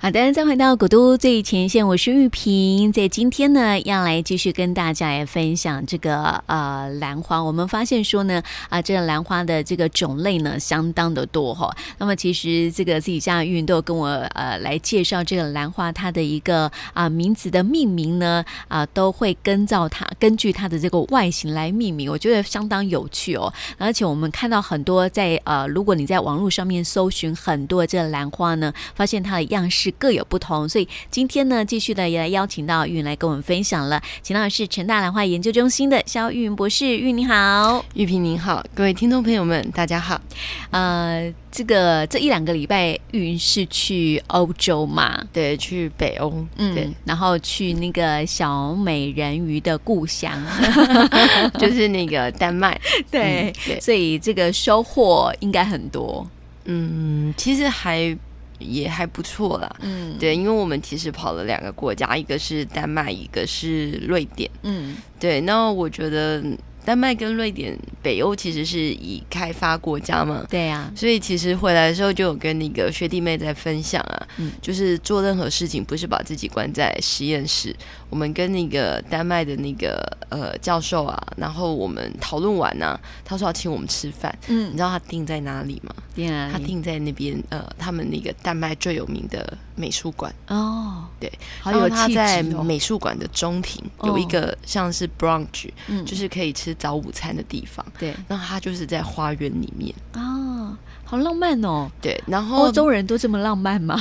好的，再回到古都最前线，我是玉萍。在今天呢，要来继续跟大家来分享这个呃兰花。我们发现说呢，啊、这个兰花的这个种类呢相当的多哈、那么其实这个自己家运都有跟我呃来介绍这个兰花它的一个啊、名字的命名呢啊、都会跟照它根据它的这个外形来命名，我觉得相当有趣哦。而且我们看到很多在呃，如果你在网络上面搜寻很多这个兰花呢，发现它的样式各有不同。所以今天呢，继续的也来邀请到玉云来跟我们分享了，请到的是成大兰花研究中心的肖玉云博士，玉云你好。玉萍您好，各位听众朋友们，大家好。呃，这个这一两个礼拜，玉云是去欧洲嘛？对，去北欧， 嗯对，然后去那个小美人鱼的故乡，就是那个丹麦。 对嗯，对，所以这个收获应该很多。嗯，其实还也还不错啦。嗯，对，因为我们其实跑了两个国家，一个是丹麦，一个是瑞典。嗯对，那我觉得丹麦跟瑞典、北欧其实是已开发国家嘛，对啊呀、所以其实回来的时候就有跟那个学弟妹在分享啊，嗯就是做任何事情不是把自己关在实验室，我们跟那个丹麦的那个呃教授啊，然后我们讨论完呢、啊他说要请我们吃饭，你嗯，知道他定在哪里吗？对啊，他定在那边呃，他们那个丹麦最有名的美术馆，哦，对，好然有后他气质在哦，美术馆的中庭哦有一个像是 brunch，、嗯就是可以吃早午餐的地方，对那他就是在花园里面，哦，好浪漫哦。对，然后欧洲人都这么浪漫吗？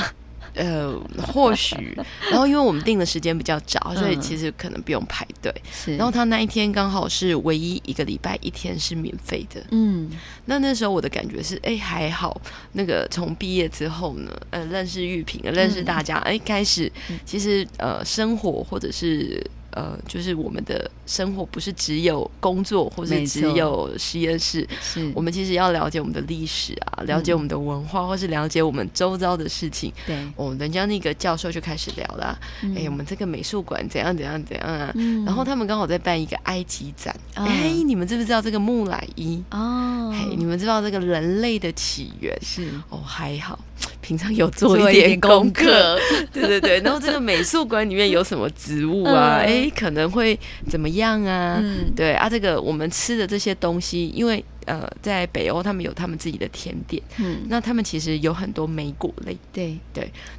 呃，或许，然后因为我们定的时间比较早，所以嗯其实可能不用排队。是然后他那一天刚好是唯一一个礼拜一天是免费的。嗯，那那时候我的感觉是，哎、还好。那个从毕业之后呢，呃，认识玉萍，认识大嗯家，哎、开始其实呃，生活或者是。呃，就是我们的生活不是只有工作，或没是错只有实验室，是我们其实要了解我们的历史啊，了嗯解我们的文化，或是了解我们周遭的事情。对，哦，人家那个教授就开始聊啦、嗯哎、我们这个美术馆怎样怎样怎样啊。嗯然后他们刚好在办一个埃及展，哎、啊你们知不知道这个木乃伊？哦，哎、你们知道这个人类的起源？是哦，还好，平常有做一点功课。， 对对对，然后这个美术馆里面有什么植物啊？嗯哎、可能会怎么样啊？嗯，对啊，这个我们吃的这些东西，因为呃，在北欧他们有他们自己的甜点，嗯，那他们其实有很多莓果类。对，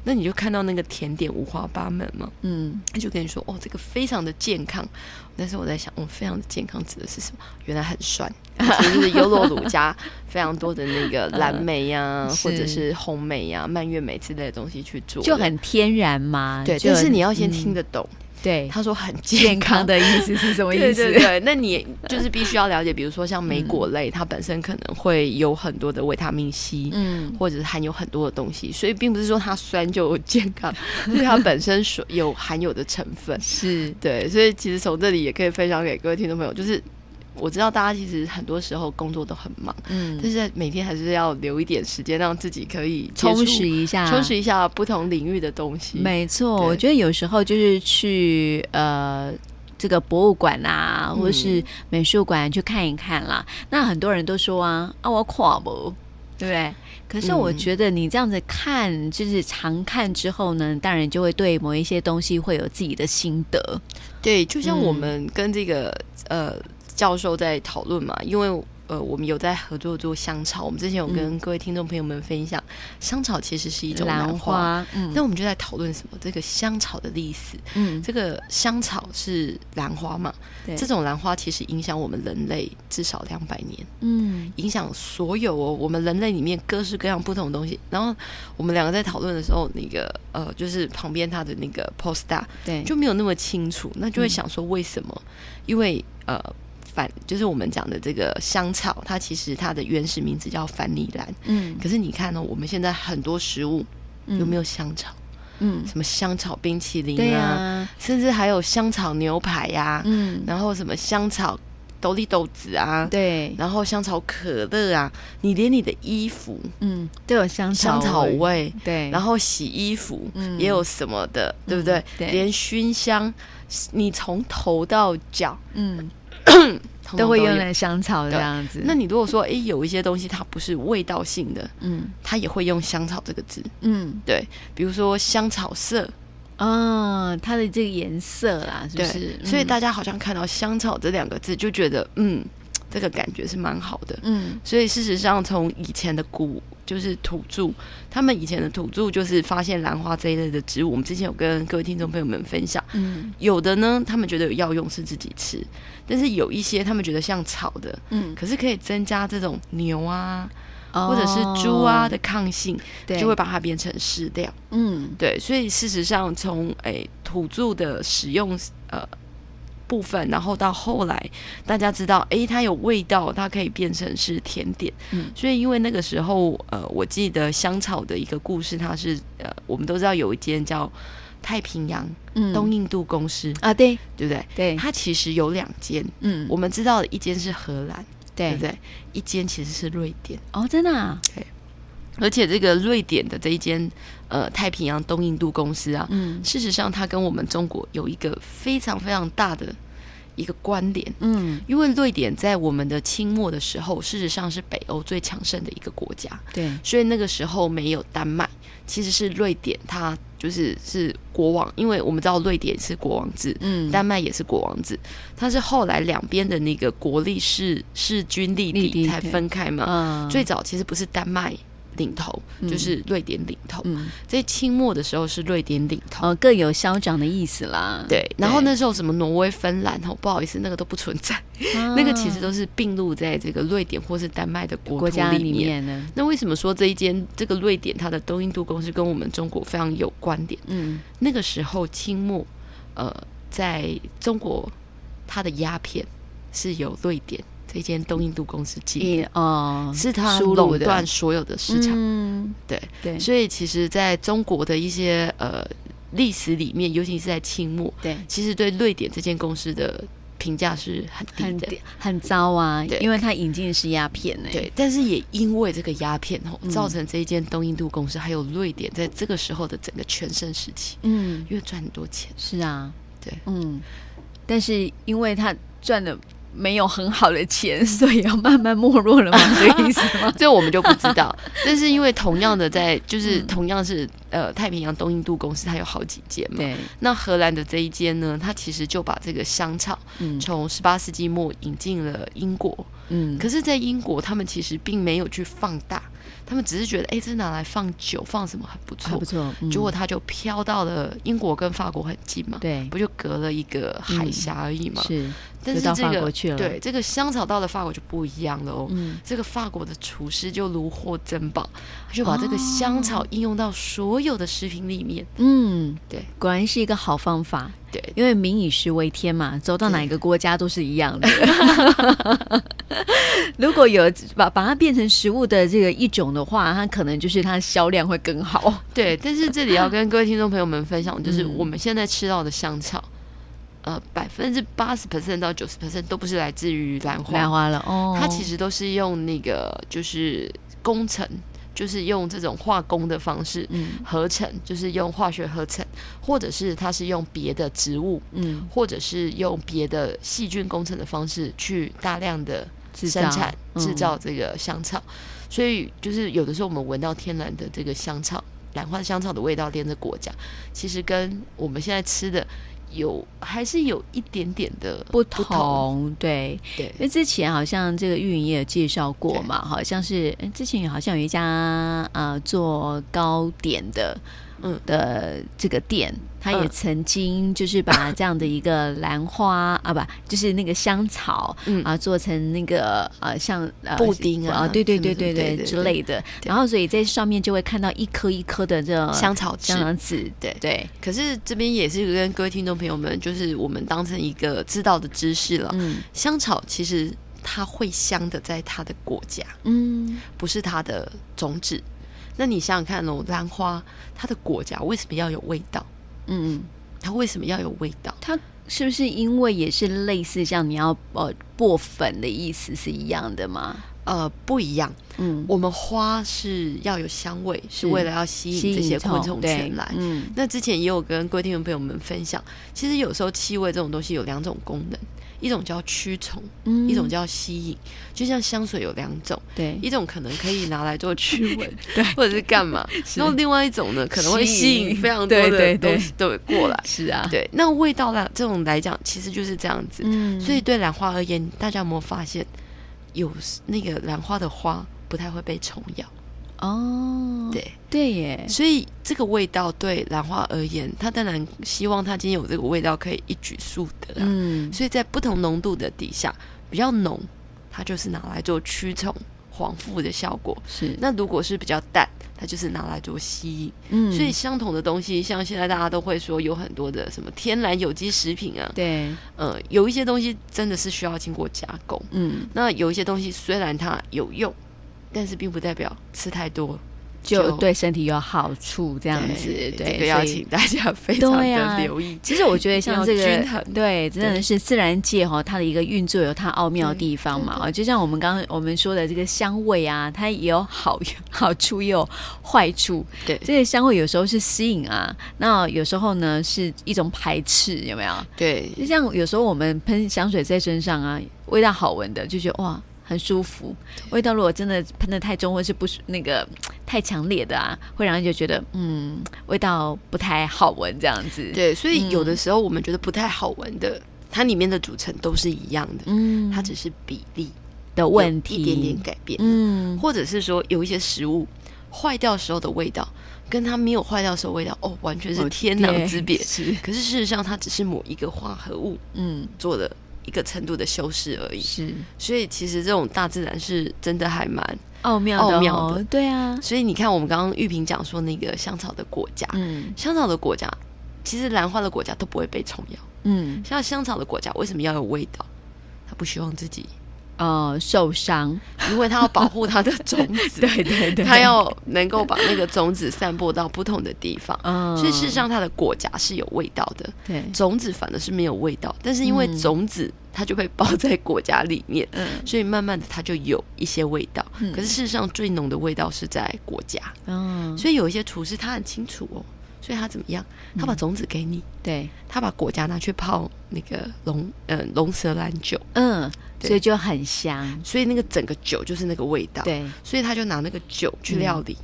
那你就看到那个甜点五花八门嘛，嗯，他就跟你说哦，这个非常的健康。但是我在想，哦，非常的健康指的是什么？原来很 酸，其实就是优酪乳加非常多的那个蓝莓呀、嗯是或者是红莓呀、蔓越莓之类的东西去做的，就很天然嘛。对。就但是你要先嗯听得懂，对他说很健健康康。的意思是什么意对思？嗯对对，那你就是必须要了解，比如说像莓果类，它本身可能会有很多的维他命 C，嗯，或者是含有很多的东西，所以并不是说它酸就健康， 就是它本身所有含有的成分。是对，所以其实从这里也可以分享给各位听众朋友，就是我知道大家其实很多时候工作都很忙，嗯，但是每天还是要留一点时间让自己可以接充触实、一下，充实一下不同领域的东西。没错，对我觉得有时候就是去呃。这个博物馆啊，或是美术馆去看一看啦。那很多人都说啊，啊我跨不，对不对？可是我嗯觉得你这样子看，就是常看之后呢，当然就会对某一些东西会有自己的心得。对，就像我们跟这个、呃教授在讨论嘛，因为。呃，我们有在合作做香草，我们之前有嗯跟各位听众朋友们分享，香草其实是一种兰花，花，嗯，那我们就在讨论什么？这个香草的历史，嗯，这个香草是兰花嘛？对这种兰花其实影响我们人类至少两百年，嗯影响所有哦，我们人类里面各式各样不同的东西。然后我们两个在讨论的时候，那个呃，就是旁边他的那个 poster 对，就没有那么清楚，那就会想说为什么？因为呃。反就是我们讲的这个香草，它其实它的原始名字叫凡尼兰。嗯可是你看哦呢、我们现在很多食物有没有香草？嗯，什么香草冰淇淋对啊，呀，甚至还有香草牛排呀、嗯，然后什么香草斗笠豆子啊，对，然后香草可乐啊，你连你的衣服嗯，都有香香草味，味，对，然后后洗衣服、嗯也有什么的，对不对？对连熏香，你从头到脚嗯通通都都会用有了香草这对样子。那你如果说，哎、有一些东西它不是味道性的，嗯它也会用香草这个字。嗯对，比如说香草色，哦，它的这个颜色啦，是不对，是？嗯所以大家好像看到香草这两个字，就觉得嗯，这个感觉是蛮好的。嗯所以事实上，从以前的古就是土著，他们以前的土著就是发现兰花这一类的植物。我们之前有跟各位听众朋友们分享，嗯有的呢，他们觉得有药用是自己吃，但是有一些他们觉得像草的，嗯，可是可以增加这种牛啊或者是猪啊的抗性，哦对就会把它变成饲料。嗯对，所以事实上从诶土著的使用呃部分，然后到后来大家知道，诶，它有味道，它可以变成是甜点。嗯所以因为那个时候，呃，我记得香草的一个故事，它是呃，我们都知道有一间叫太平洋嗯东印度公司，啊，对对不对？对，它其实有两间，嗯我们知道的一间是荷兰，对对不对？一间其实是瑞典。哦，真的啊，而且这个瑞典的这一间呃太平洋东印度公司啊，嗯事实上它跟我们中国有一个非常非常大的一个关联，嗯因为瑞典在我们的清末的时候，事实上是北欧最强盛的一个国家，对，所以那个时候没有丹麦，其实是瑞典它就是是国王，因为我们知道瑞典是国王制。嗯丹麦也是国王制，它是后来两边的那个国力势势均力力敌敌才对分开嘛。嗯最早其实不是丹麦领头，嗯就是瑞典领头。嗯在清末的时候是瑞典领头。哦，各有消长的意思啦。对，然后那时候什么挪威、芬兰哦，不好意思，那个都不存在，啊， 那个其实都是并入在这个瑞典或是丹麦的国国土家里里面呢，那为什么说这一间这个瑞典它的东印度公司跟我们中国非常有关联？嗯那个时候清末，呃，在中国它的鸦片是由瑞典这间东印度公司经营，也哦，是它输入垄的断所有的市场。嗯对对所以其实在中国的一些呃历史里面，尤其是在清末，对。其实对瑞典这间公司的评价是很很低的。很糟啊，对因为它引进的是鸦片欸呢、对，但是也因为这个鸦片哦，嗯造成这一间东印度公司还有瑞典在这个时候的整个全盛时期，嗯，因为赚很多钱。是啊，对， 嗯，但是因为他赚的没有很好的钱， 所以要慢慢没落 了嘛，这个意思吗？这我们就不知道， 但是因为同样的在，就是嗯同样是呃太平洋东印度公司，它有好几间嘛。对，那荷兰的这一间呢，它其实就把这个香草嗯从十八世纪末引进了英国，嗯，可是，在英国，他们其实并没有去放大，他们只是觉得，哎、这拿来放酒，放什么很不还错不。错，嗯结果它就飘到了英国跟法国很近嘛，对不就隔了一个海峡而已嘛。嗯是，但就是到这法国个去了，对，这个香草到了法国就不一样了哦。嗯，这个法国的厨师就如获珍宝，他就把这个哦香草应用到所有的食品里面。嗯，对，果然是一个好方法，对，因为民以食为天嘛，走到哪对一个国家都是一样的。 如果有把把它变成食物的这个一种的话，它可能就是它的销量会更好。对，但是这里 要跟各位听众朋友们分享，就是嗯我们现在吃到的香草，呃，百分之八十 percent 到九十 percent 都不是来自于兰花，兰花了哦，它其实都是用那个就是工程，就是用这种化工的方式嗯合成，就是用化学合成，或者是它是用别的植物，嗯或者是用别的细菌工程的方式去大量的制造生产制嗯造这个香草，所以就是有的时候我们闻到天然的这个香草，兰花香草的味道连着果酱，其实跟我们现在吃的有还是有一点点的不同。同，对，对因为之前好像这个玉莹也有介绍过对嘛，好像是诶之前好像有一家呃做糕点的，嗯的这个店，他也嗯曾经就是把这样的一个兰花啊，不就是那个香草嗯啊，做成那个呃像呃布丁啊对对什对么什对对么对对之对类的，对然后所以在上面就会看到一颗一颗的这香草汁香。肠籽，对对，可是这边也是跟各位听众朋友们，就是我们当成一个知道的知识了。嗯香草其实它会香的，在它的果荚，嗯不是它的种子。那你想想看哦，兰花它的果荚为什么要有味道？嗯，它为什么要有味道？它是不是因为也是类似像你要呃薄粉的意思是一样的吗？呃，不一样。嗯，我们花是要有香味，是是为了要吸吸引这些虫昆虫对前来。嗯那之前也有跟各位听众朋友们分享，其实有时候气味这种东西有两种功能，一种叫驱虫，嗯一种叫吸引。就像香水有两种，对，一种可能可以拿来做驱蚊 对或者是干嘛， 是然后另外一种呢，可能会吸吸引引非常多对对的对东西都过来。是啊， 对，那味道啦，这种来讲，其实就是这样子。嗯所以对兰花而言，大家有没有发现，有时那个兰花的花不太会被虫咬？哦，对，对耶，所以这个味道对兰花而言，它当然希望它今天有这个味道可以一举数得、啊。嗯，所以在不同浓度的底下，比较浓，它就是拿来做驱虫、防腐的效果；是，那如果是比较淡，它就是拿来做吸引。嗯所以相同的东西，像现在大家都会说有很多的什么天然有机食品啊，对，呃，有一些东西真的是需要经过加工。嗯，那有一些东西虽然它有用，但是并不代表吃太多就就对身体有好处，这这样子，对，这个要所以请大家非常对啊的留意。其实我觉得像要这个均衡对，真的是自然界哈、它的一个运作有它奥妙的地方嘛。哦，就像我们刚刚我们说的这个香味啊，它也有 好好处，也有坏处。对这个香味有时候是吸引啊，那有时候呢是一种排斥，有没有？对就像有时候我们喷香水在身上啊，味道好闻的就觉得哇。很舒服，味道如果真的喷的太重或是不舒那个太强烈的啊，会让人就觉得嗯味道不太好闻这样子。，对，所以有的时候我们觉得不太好闻的，它里面的组成都是一样的，嗯，它只是比例的有问题，一点点改变， 嗯，或者是说有一些食物坏掉时候的味道，跟它没有坏掉时候的味道哦，完全是天壤之别对。是，可是事实上，它只是某一个化合物嗯，做的一个程度的修饰而已。是所以其实这种大自然是真的还蛮……奥妙的、哦，奥妙的对啊，所以你看，我们刚刚玉萍讲说那个香草的果荚，嗯香草的果荚，其实兰花的果荚都不会被虫咬。嗯，像香草的果荚为什么要有味道？它不希望自己，哦，受 伤，因为它要保护它的种 子，对对对，它要能够把那个种子散播到不同的地方。嗯，所以事实上，它的果荚是有味道的，对，种子反而是没有味道。但是因为嗯种子它就被包在果荚里面，嗯所以慢慢的它就有一些味道。嗯可是事实上，最浓的味道是在果荚。嗯，所以有一些厨师他很清楚哦，所以他怎么样？嗯他把种子给你，对，他把果荚拿去泡那个龙呃龙舌兰酒，嗯，对所以就很香，所以那个整个酒就是那个味道。，对，所以他就拿那个酒去料理。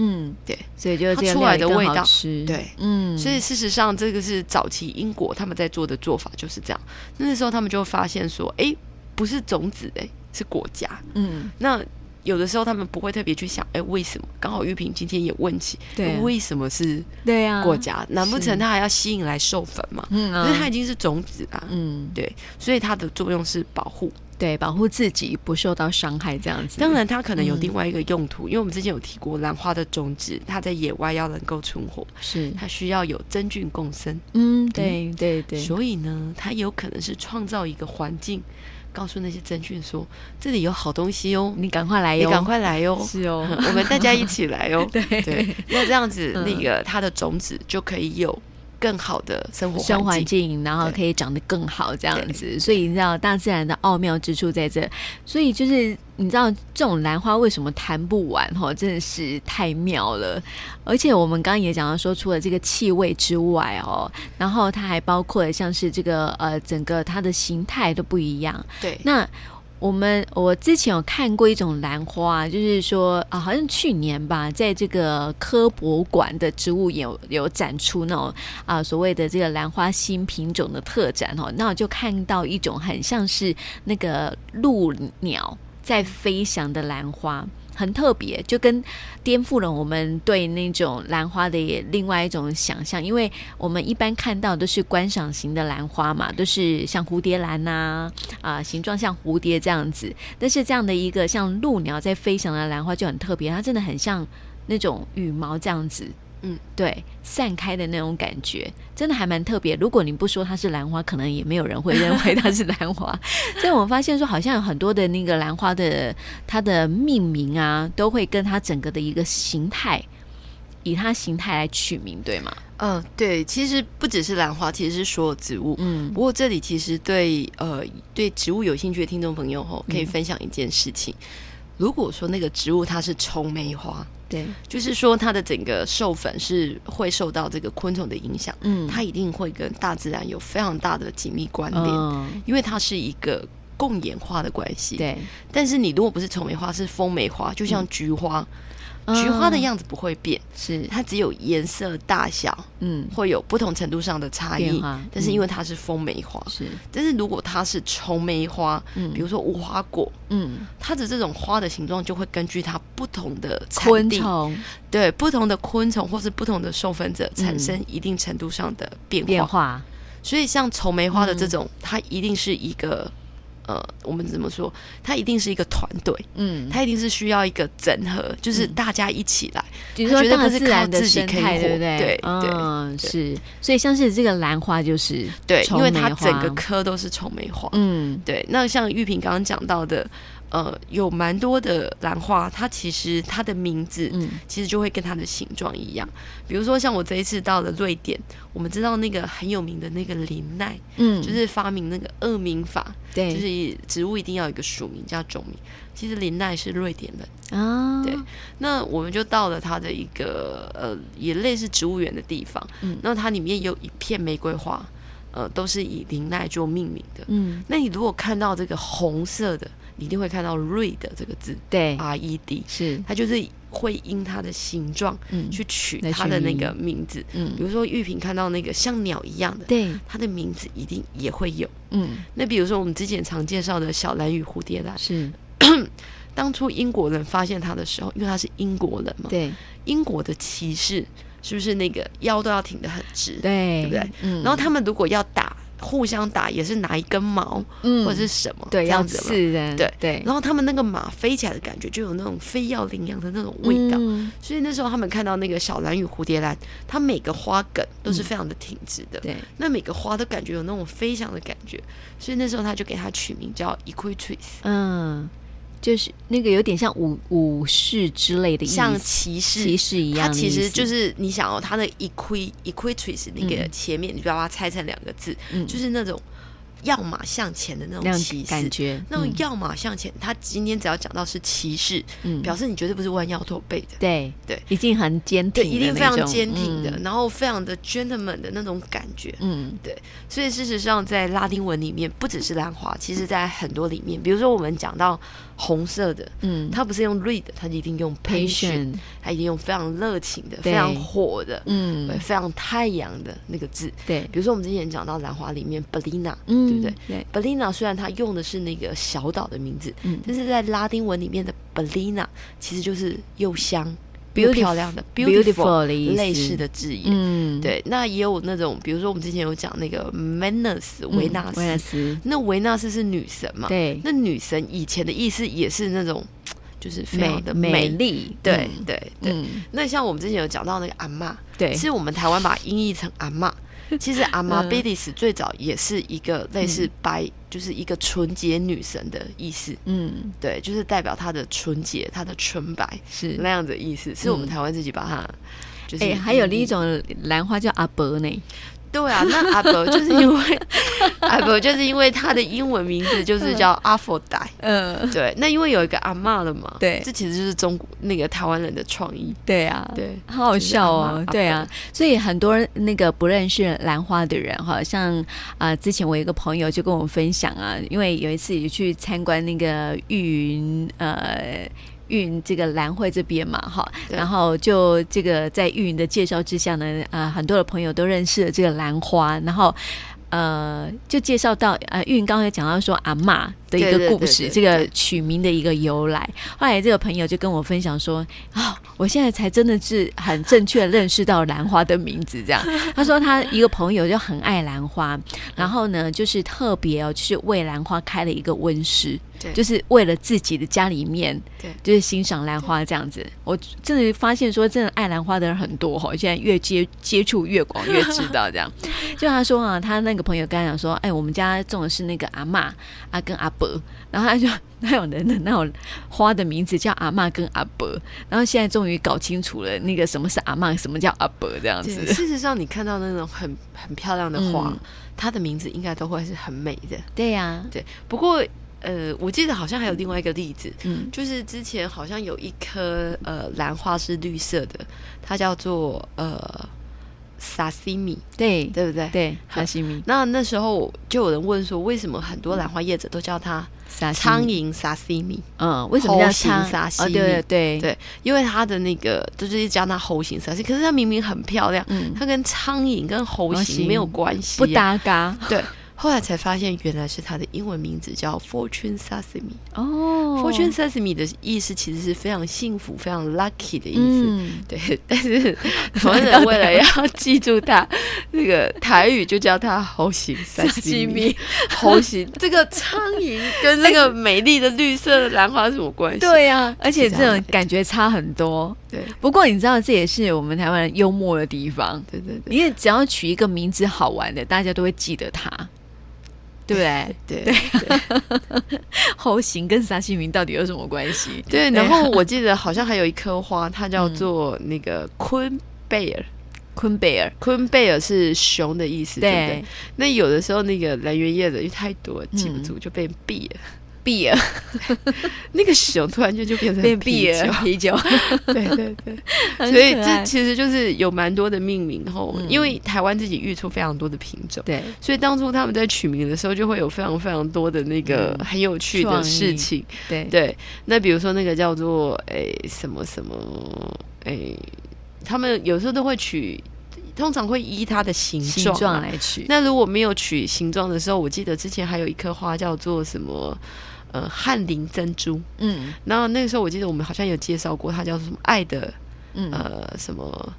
嗯，对，所以就这个它出来的料理更味好道吃，对嗯，所以事实上，这个是早期英国他们在做的做法就是这样。那时候他们就发现说，哎，不是种子，哎，是果荚。嗯，那有的时候他们不会特别去想，哎，为什么？刚好玉萍今天也问起，对啊为什么是对啊，果，荚？难不是成他还要吸引来授粉吗？嗯因为它啊，已经是种子啦，嗯，对，所以它的作用是保护。对，保护自己不受到伤害这样子，当然，它可能嗯有另外一个用途，因为我们之前有提过，兰花的种子它在野外要能够存活，是，它需要有真菌共生，嗯，对对对，所以呢，它有可能是创造一个环境，告诉那些真菌说，这里有好东西哦，你赶快来你哟，赶快来哦。是哦，，我们大家一起来 哦对对，那这样子，嗯那个它的种子就可以有更好的生活生环环境。境，然后对可以长得更好这样子。所以你知道大自然的奥妙之处在这，所以就是你知道这种兰花为什么谈不完哈、哦，真的是太妙了。而且我们刚刚也讲到说，除了这个气味之外哦，然后它还包括了像是这个呃整个它的形态都不一样。对，那我们我之前有看过一种兰花，就是说啊，好像去年吧，在这个科博馆的植物园有有展出那种啊所谓的这个兰花新品种的特展哦，那我就看到一种很像是那个鹭鸟在飞翔的兰花。很特别，就跟颠覆了我们对那种兰花的另外一种想象，因为我们一般看到都是观赏型的兰花嘛，都是像蝴蝶兰呐、啊、形状像蝴蝶这样子。但是这样的一个像鹭鸟在飞翔的兰花就很特别，它真的很像那种羽毛这样子，嗯，对，散开的那种感觉，真的还蛮特别。如果你不说它是兰花，可能也没有人会认为它是兰花。 所以我们发现说，好像有很多的那个兰花的它的命名啊，都会跟它整个的一个形态。以它形态来取名，对吗？嗯、对，其实不只是兰花，其实是所有植物。嗯，不过这里其实对呃对植物有兴趣嗯的听众朋友吼，可以分享一件事情。如果说那个植物它是虫媒花，对，就是说它的整个授粉是会受到这个昆虫的影响，嗯，它一定会跟大自然有非常大的紧密关联，嗯，因为它是一个共演化的关系。，对，但是你如果不是丑梅花，是风梅花，就像菊花，菊花的嗯样子不会变，是，它只有颜色大小嗯，会有不同程度上的差变异化，但是因为它是风梅花，是，但是如果它是丑梅花，嗯比如说无花果，嗯，它的这种花的形状就会根据它不同的产昆地虫对不同的昆虫或是不同的授粉者产生一定程度上的变嗯化。变化，嗯所以像丑梅花的这种，它一定是一个呃，我们怎么说？它一定是一个团队，嗯，它一定是需要一个整合，就是大家一起来。比如说它绝对大不是自靠然的自己生可以态，对不活对？对对嗯，对是，所以像是这个兰花就是，对，丑因为梅它整个花科都是丑梅花。嗯，对，那像玉萍刚刚讲到的，呃，有蛮多的兰花，它其实它的名字，嗯其实就会跟它的形状一样。比如说像我这一次到了瑞典，我们知道那个很有名的那个林奈，嗯，就是发明那个恶名法，对，就是植物一定要有一个属名叫种名。其实林奈是瑞典人，啊，对那我们就到了它的一个呃也类似植物园的地方，嗯那它里面有一片玫瑰花，呃，都是以林奈做命名的。嗯，那你如果看到这个红色的，你一定会看到瑞的这个字对， R E D，是，它就是会因它的形状嗯，去取来它取的那名个名字。比嗯，如说玉萍看到那个像鸟一样的，对，它的名字一定也会有。嗯，那比如说我们之前常介绍的小蓝与蝴蝶兰，是当初英国人发现它的时候，因为它是英国人嘛，对，英国的骑士是不是那个腰都要挺得很直？对，不对？嗯，然后他们如果要打，互相打也是拿一根毛、嗯，或者是什么，对这要样子嘛。刺人，对对，然后他们那个马飞起来的感觉，就有那种飞要羚羊的那种味道。嗯所以那时候他们看到那个小蓝与蝴蝶兰，它每个花梗都是非常的挺直的，嗯对，那每个花都感觉有那种飞翔的感觉。所以那时候他就给它取名叫 Equitris，嗯，就是那个有点像武武士之类的意思，像骑骑士。士一样它的意思，其实就是你想哦，它的 equi equitris 那个前面，你就把它拆成两个字，嗯就是那种要么向前的那那种骑样士，感觉，那种嗯要么向前。它今天只要讲到是骑士，嗯表示你绝对不是弯腰驼背的，对对已经很坚挺的对，那种，一定非常坚挺的，嗯然后非常的 gentleman 的那种感觉。嗯，所以事实上，在拉丁文里面，不只是兰花，其实在很多里面，比如说我们讲到红色的，嗯它不是用 read，它一定用 patient， ，patient，它一定用非常热情的、对非常火的、嗯对，非常太阳的那个字。对，比如说我们之前讲到兰花里面 Belina，嗯，对不对对， ？Belina 虽然它用的是那个小岛的名字，嗯但是在拉丁文里面的 Belina 其实就是又香又漂亮的 beautiful 的意思类似的字眼。嗯，对，那也有那种，比如说我们之前有讲那个 Venus 嗯，维纳斯，维纳斯，那维纳斯是女神嘛？对，那女神以前的意思也是那种，就是非常的美。美丽，对嗯对对、嗯，那像我们之前有讲到那个阿嬷，对，是我们台湾把它音译成阿 嬷。其实阿妈嗯 b e l i s 最早也是一个类似白，就是一个纯洁女神的意思，嗯对，就是代表她的纯洁、她的纯白是。那样子的意思，是我们嗯台湾自己把它就是嗯哎、音译。还有另一种兰花叫阿伯呢，对啊，那阿伯就是 因为阿伯就是因为他的英文名字就是叫阿佛戴。嗯， 对，那因为有一个阿嬷了嘛，对这其实就是中国那个台湾人的创意，对啊，对，好好笑就是阿哦嬷，对啊阿，所以很多人那个不认识兰花的人哈，像啊、呃之前我有一个朋友就跟我分享啊，因为有一次也去参观那个玉云呃。玉云这个兰会这边嘛，哈，对然后就这个在玉云的介绍之下呢，呃，很多的朋友都认识了这个兰花，然后呃，就介绍到呃，玉云刚刚有讲到说阿嬷的一对对个对故事，对这个对取名的一个由来。后来这个朋友就跟我分享说，啊、我现在才真的是很正确地认识到兰花的名字。这样，他说他一个朋友就很爱兰花，然后呢，就是特别哦，就是为兰花开了一个温室对，就是为了自己的家里面，对就是欣赏兰花这样子。我真的发现说，真的爱兰花的人很多哦，现在越接接触越广，越知道这样。就他说啊，他那个朋友跟他讲说，哎，我们家种的是那个阿嬷啊跟阿伯，然后他就那有人的那种花的名字叫阿嬷跟阿伯，然后现在终于搞清楚了那个什么是阿嬷，什么叫阿伯这样对，子。事实上你看到那种很嗯很漂亮的花，它的名字应该都会是很美的，对呀、对。不过呃，我记得好像还有另外一个例子，嗯就是之前好像有一颗呃兰花是绿色的，它叫做呃 sashimi，对对不对？。对，沙西米、那那时候就有人问说，为什么很多兰花业者都叫它沙西苍米，蝇 sashimi？嗯，为什么叫猴形苍沙西哦，米对对对，因为它的那个就是叫它猴形 sashimi，可是它明明很漂亮，嗯，它跟苍蝇跟猴猴形形没有关系、啊不。搭嘎对，后来才发现原来是它的英文名字叫 fortune sashimi。哦 fortune sesame 的意思其实是非常幸福、非常 lucky 的意思。嗯，对，但是我们为了要记住它，那个台语就叫它猴形三西 米。猴形这个苍蝇跟那个美丽的绿色的兰花有什么关系？对呀、而且这这样种感觉差很多。对不过你知道，这也是我们台湾人幽默的地方。对对对因为只要取一个名字好玩的，大家都会记得它，对不 对？对对猴形跟沙西明到底有什么关系？对。然后我记得好像还有一棵花，它嗯叫做那个昆贝尔。昆贝尔，昆贝尔是熊的意思，对不对对？，那有的时候那个来源叶的因为太多记不住，就变碧了。碧尔 那个熊突然间就变成变碧啤酒尔啤酒， 对对对， 很所以可这爱其实就是有蛮多的命名后，嗯因为台湾自己育出非常多的品种，对所以当初他们在取名的时候就会有非常非常多的那个嗯很有趣的创意事情。对对，那比如说那个叫做诶、什么什么诶、他们有时候都会取，通常会依它的形形状啊、状来取，那如果没有取形状的时候，我记得之前还有一棵花叫做什么呃翰林珍珠。嗯然后那个时候我记得我们好像有介绍过，它叫什么爱的嗯，呃什么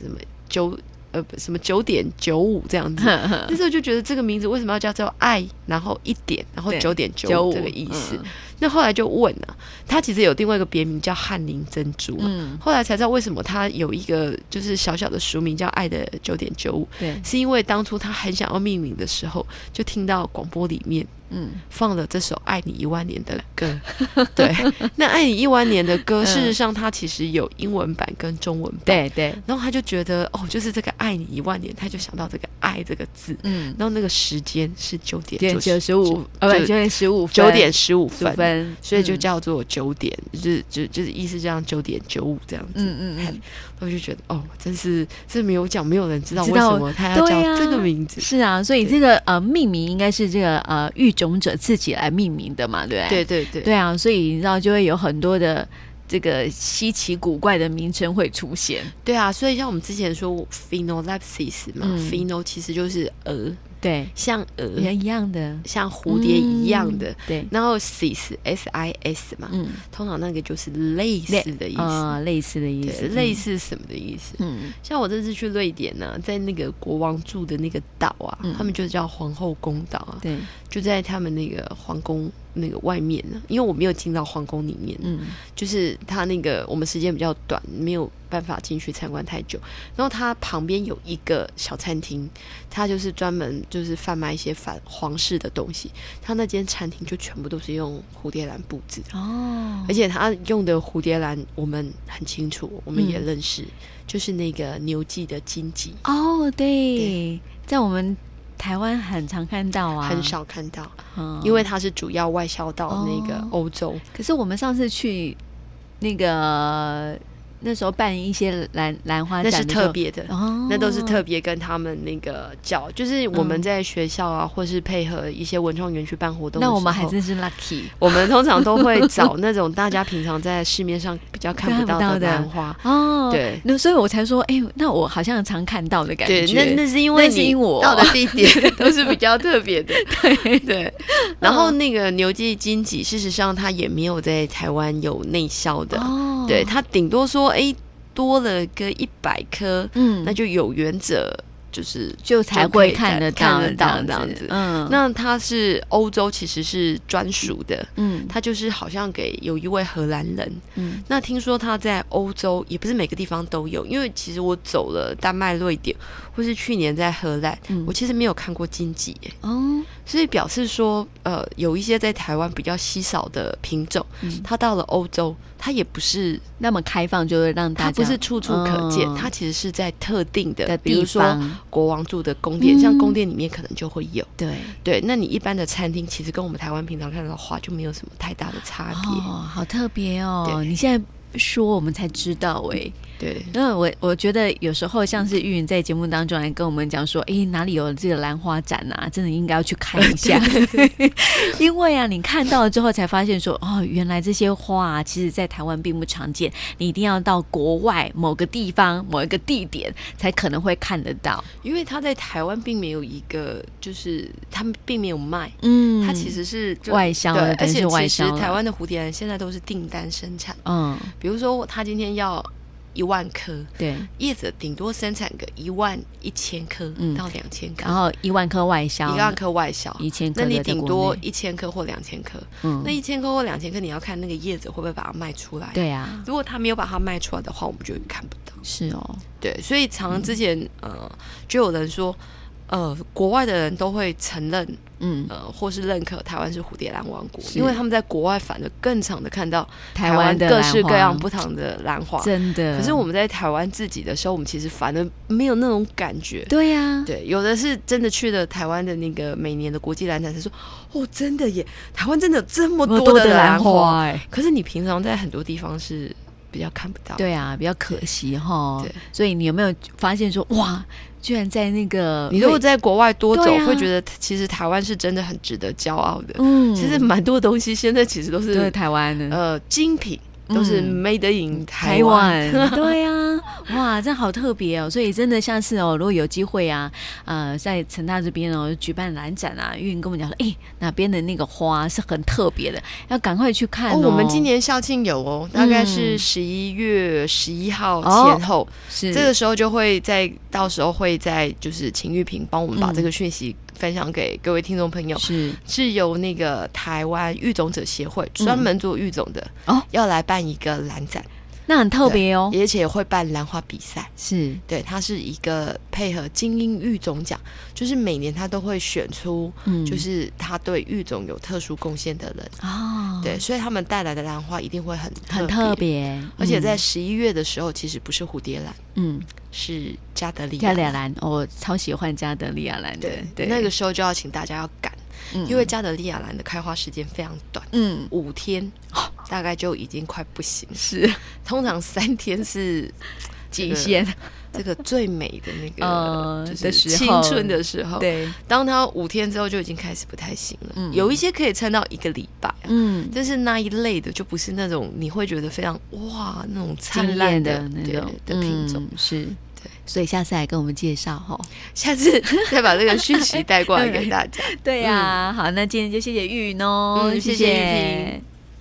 什么九呃不什么九点九五这样子。那时候就觉得这个名字为什么要叫做爱，然后一点，然后对九点 九九五五嗯这个意思。，那后来就问啊，它其实有另外一个别名叫翰林珍珠、啊。嗯，嗯后来才知道为什么它有一个就是小小的俗名叫“爱的九点九五对”，，是因为当初他很想要命名的时候，就听到广播里面嗯，放了这首《爱你一万年》的歌。 对，那《爱你一万年》的歌，嗯事实上它其实有英文版跟中文版。，对对，然后他就觉得哦，就是这个“爱你一万年”，他就想到这个“爱”这个字。嗯，然后那个时间是九点点九十五，呃，不就九点十五，九点十五十分，分，所以就嗯叫做九点，就是就就是意思这样九点九五这样子。嗯嗯我就觉得哦，真是这没有讲，没有人知道知为道什么他要对叫呀这个名字嗯，。是啊，所以对这个呃命名应该是这个呃育种者自己来命名的嘛，对不对？对对对对啊，所以你知道就会有很多的这个稀奇古怪的名称会出现。对啊，所以像我们之前说 phenolepsis 嘛、嗯 p h e n o 其实就是蛾，对，像也蛾、一样的，像蝴蝶一样的。嗯对，然后 sis s i s 嘛、嗯，通常那个就是类似的意思，啊，类似的意对，思，类似什么的意思。嗯，像我这次去瑞典呢、在那个国王住的那个岛啊，嗯他们就叫皇后宫岛啊嗯，，对，就在他们那个皇宫那个外面呢、因为我没有进到皇宫里面，嗯就是它那个我们时间比较短，没有办法进去参观太久。然后它旁边有一个小餐厅，它就是专门就是贩卖一些反皇室的东西。它那间餐厅就全部都是用蝴蝶兰布置的，哦而，且它用的蝴蝶兰我们很清楚，我们也嗯认识，就是那个牛记的荆棘，哦，对，在我们台湾很常看到啊，很，少看到，嗯因为它是主要外销到那个哦欧洲。可是我们上次去那个那时候办一些兰兰花那展是的时候特，别的。哦，嗯那都是特别跟他们那个教，就是我们在学校啊，或是配合一些文创园区办活动的时候。那我们还真是 lucky 我们通常都会找那种大家平常在市面上比较看不 到看不的到的兰花。哦，对那所以我才说，哎、那我好像常看到的感觉。对，那那是因为那是你因我到的地点都是比较特 别的。对对。然后嗯那个牛记金棘，事实上它也没有在台湾有内销的，哦，对，它顶多说哎多了个一百颗，嗯，那就有缘者就是就才就可以会看得看到看得到这样这样子嗯，那它是欧洲，其实是专属的。嗯它就是好像给有一位荷兰人，嗯那听说他在欧洲也不是每个地方都有，因为其实我走了丹麦、瑞典，或是去年在荷兰，嗯我其实没有看过荆棘耶、哦，所以表示说，呃，有一些在台湾比较稀少的品种，嗯它到了欧洲，它也不是那么开放就会让大家它不是处处可见，嗯它其实是在特定的，的比如地说方，国王住的宫殿，像嗯宫殿里面可能就会有。对，对，那你一般的餐厅其实跟我们台湾平常看到的花就没有什么太大的差别。哦，好特别哦！对嗯你现在说我们才知道哎、对，因为我我觉得有时候像是玉云在节目当中来跟我们讲说，诶，哪里有这个兰花展啊，真的应该要去看一 下， 因为啊，你看到了之后才发现说，哦，原来这些花啊，其实在台湾并不常见，你一定要到国外某个地方某一个地点才可能会看得到。因为它在台湾并没有一个，就是他们并没有卖，嗯它其实是就外销对了，，而等于且是外其实销了台湾的蝴蝶兰现在都是订单生产，嗯，比如说他今天要一万颗，对，叶子顶多生产个一万一千颗嗯到两千颗然，后一万颗外销，一万颗外销，一千颗那你留在顶国多内一千颗或两千颗，嗯那一千颗或两千颗，你要看那个叶子会不会把它卖出来。，对啊，如果他没有把它卖出来的话，我们就看不到。是哦，对，所以常常之前、呃，就有人说，呃，国外的人都会承认嗯，呃，或是认可台湾是蝴蝶兰王国，是因为他们在国外反而更常的看到台湾的各式各兰样花不同的兰花。真的。可是我们在台湾自己的时候，我们其实反而没有那种感觉。对呀、对，啊有的是真的去了台湾的那个每年的国际兰展，才说哦，真的耶，台湾真的有这么那么多的兰花。花哎，可是你平常在很多地方是比较看不到。，对啊，比较可惜哈对。所以你有没有发现说，哇，居然在那个你如果在国外多走，对啊会觉得其实台湾是真的很值得骄傲的。嗯，其实蛮多东西现在其实都对是台湾的。呃精品都是嗯 made in 台台湾。 湾，对哦呀、哇，这好特别哦！所以真的下次哦，如果有机会啊，呃，在成大这边哦举办兰展啊，玉云跟我们讲说，哎，哪边的那个花是很特别的，要赶快去看哦，我们今年年校庆有哦，大概嗯是哦十一月十一号前后，是这个时候就会在到时候会在就是秦玉平帮我们把嗯这个讯息分享给各位听众朋友，是是由那个台湾育种者协会专门做育种的嗯哦要来办一个兰展，那很特别哦，而且会办兰花比赛。是对，它是一个配合精英育种奖，就是每年它都会选出，嗯就是他对育种有特殊贡献的人。哦，对，，所以他们带来的兰花一定会很很特特，别，而且嗯在十一月的时候，其实不是蝴蝶兰，嗯，是加德利亚加德。兰，我超喜欢加德利亚兰的对，对，那个时候就要请大家要赶，嗯因为加德利亚兰的开花时间非常短，嗯五天大概就已经快不行了。是通常三天是极限，这个最美的那呃个，就的是时青候春的时候。，对，当它五天之后就已经开始不太行了，嗯有一些可以撑到一个礼拜啊、嗯，但是那一类的就不是那种你会觉得非常哇那种惊灿烂艳的那对种的品种。嗯是对，所以下次来跟我们介绍哦。下次再把这 个讯息带过来给大家。嗯对呀，好，那今天就谢谢玉云哦，嗯谢谢玉萍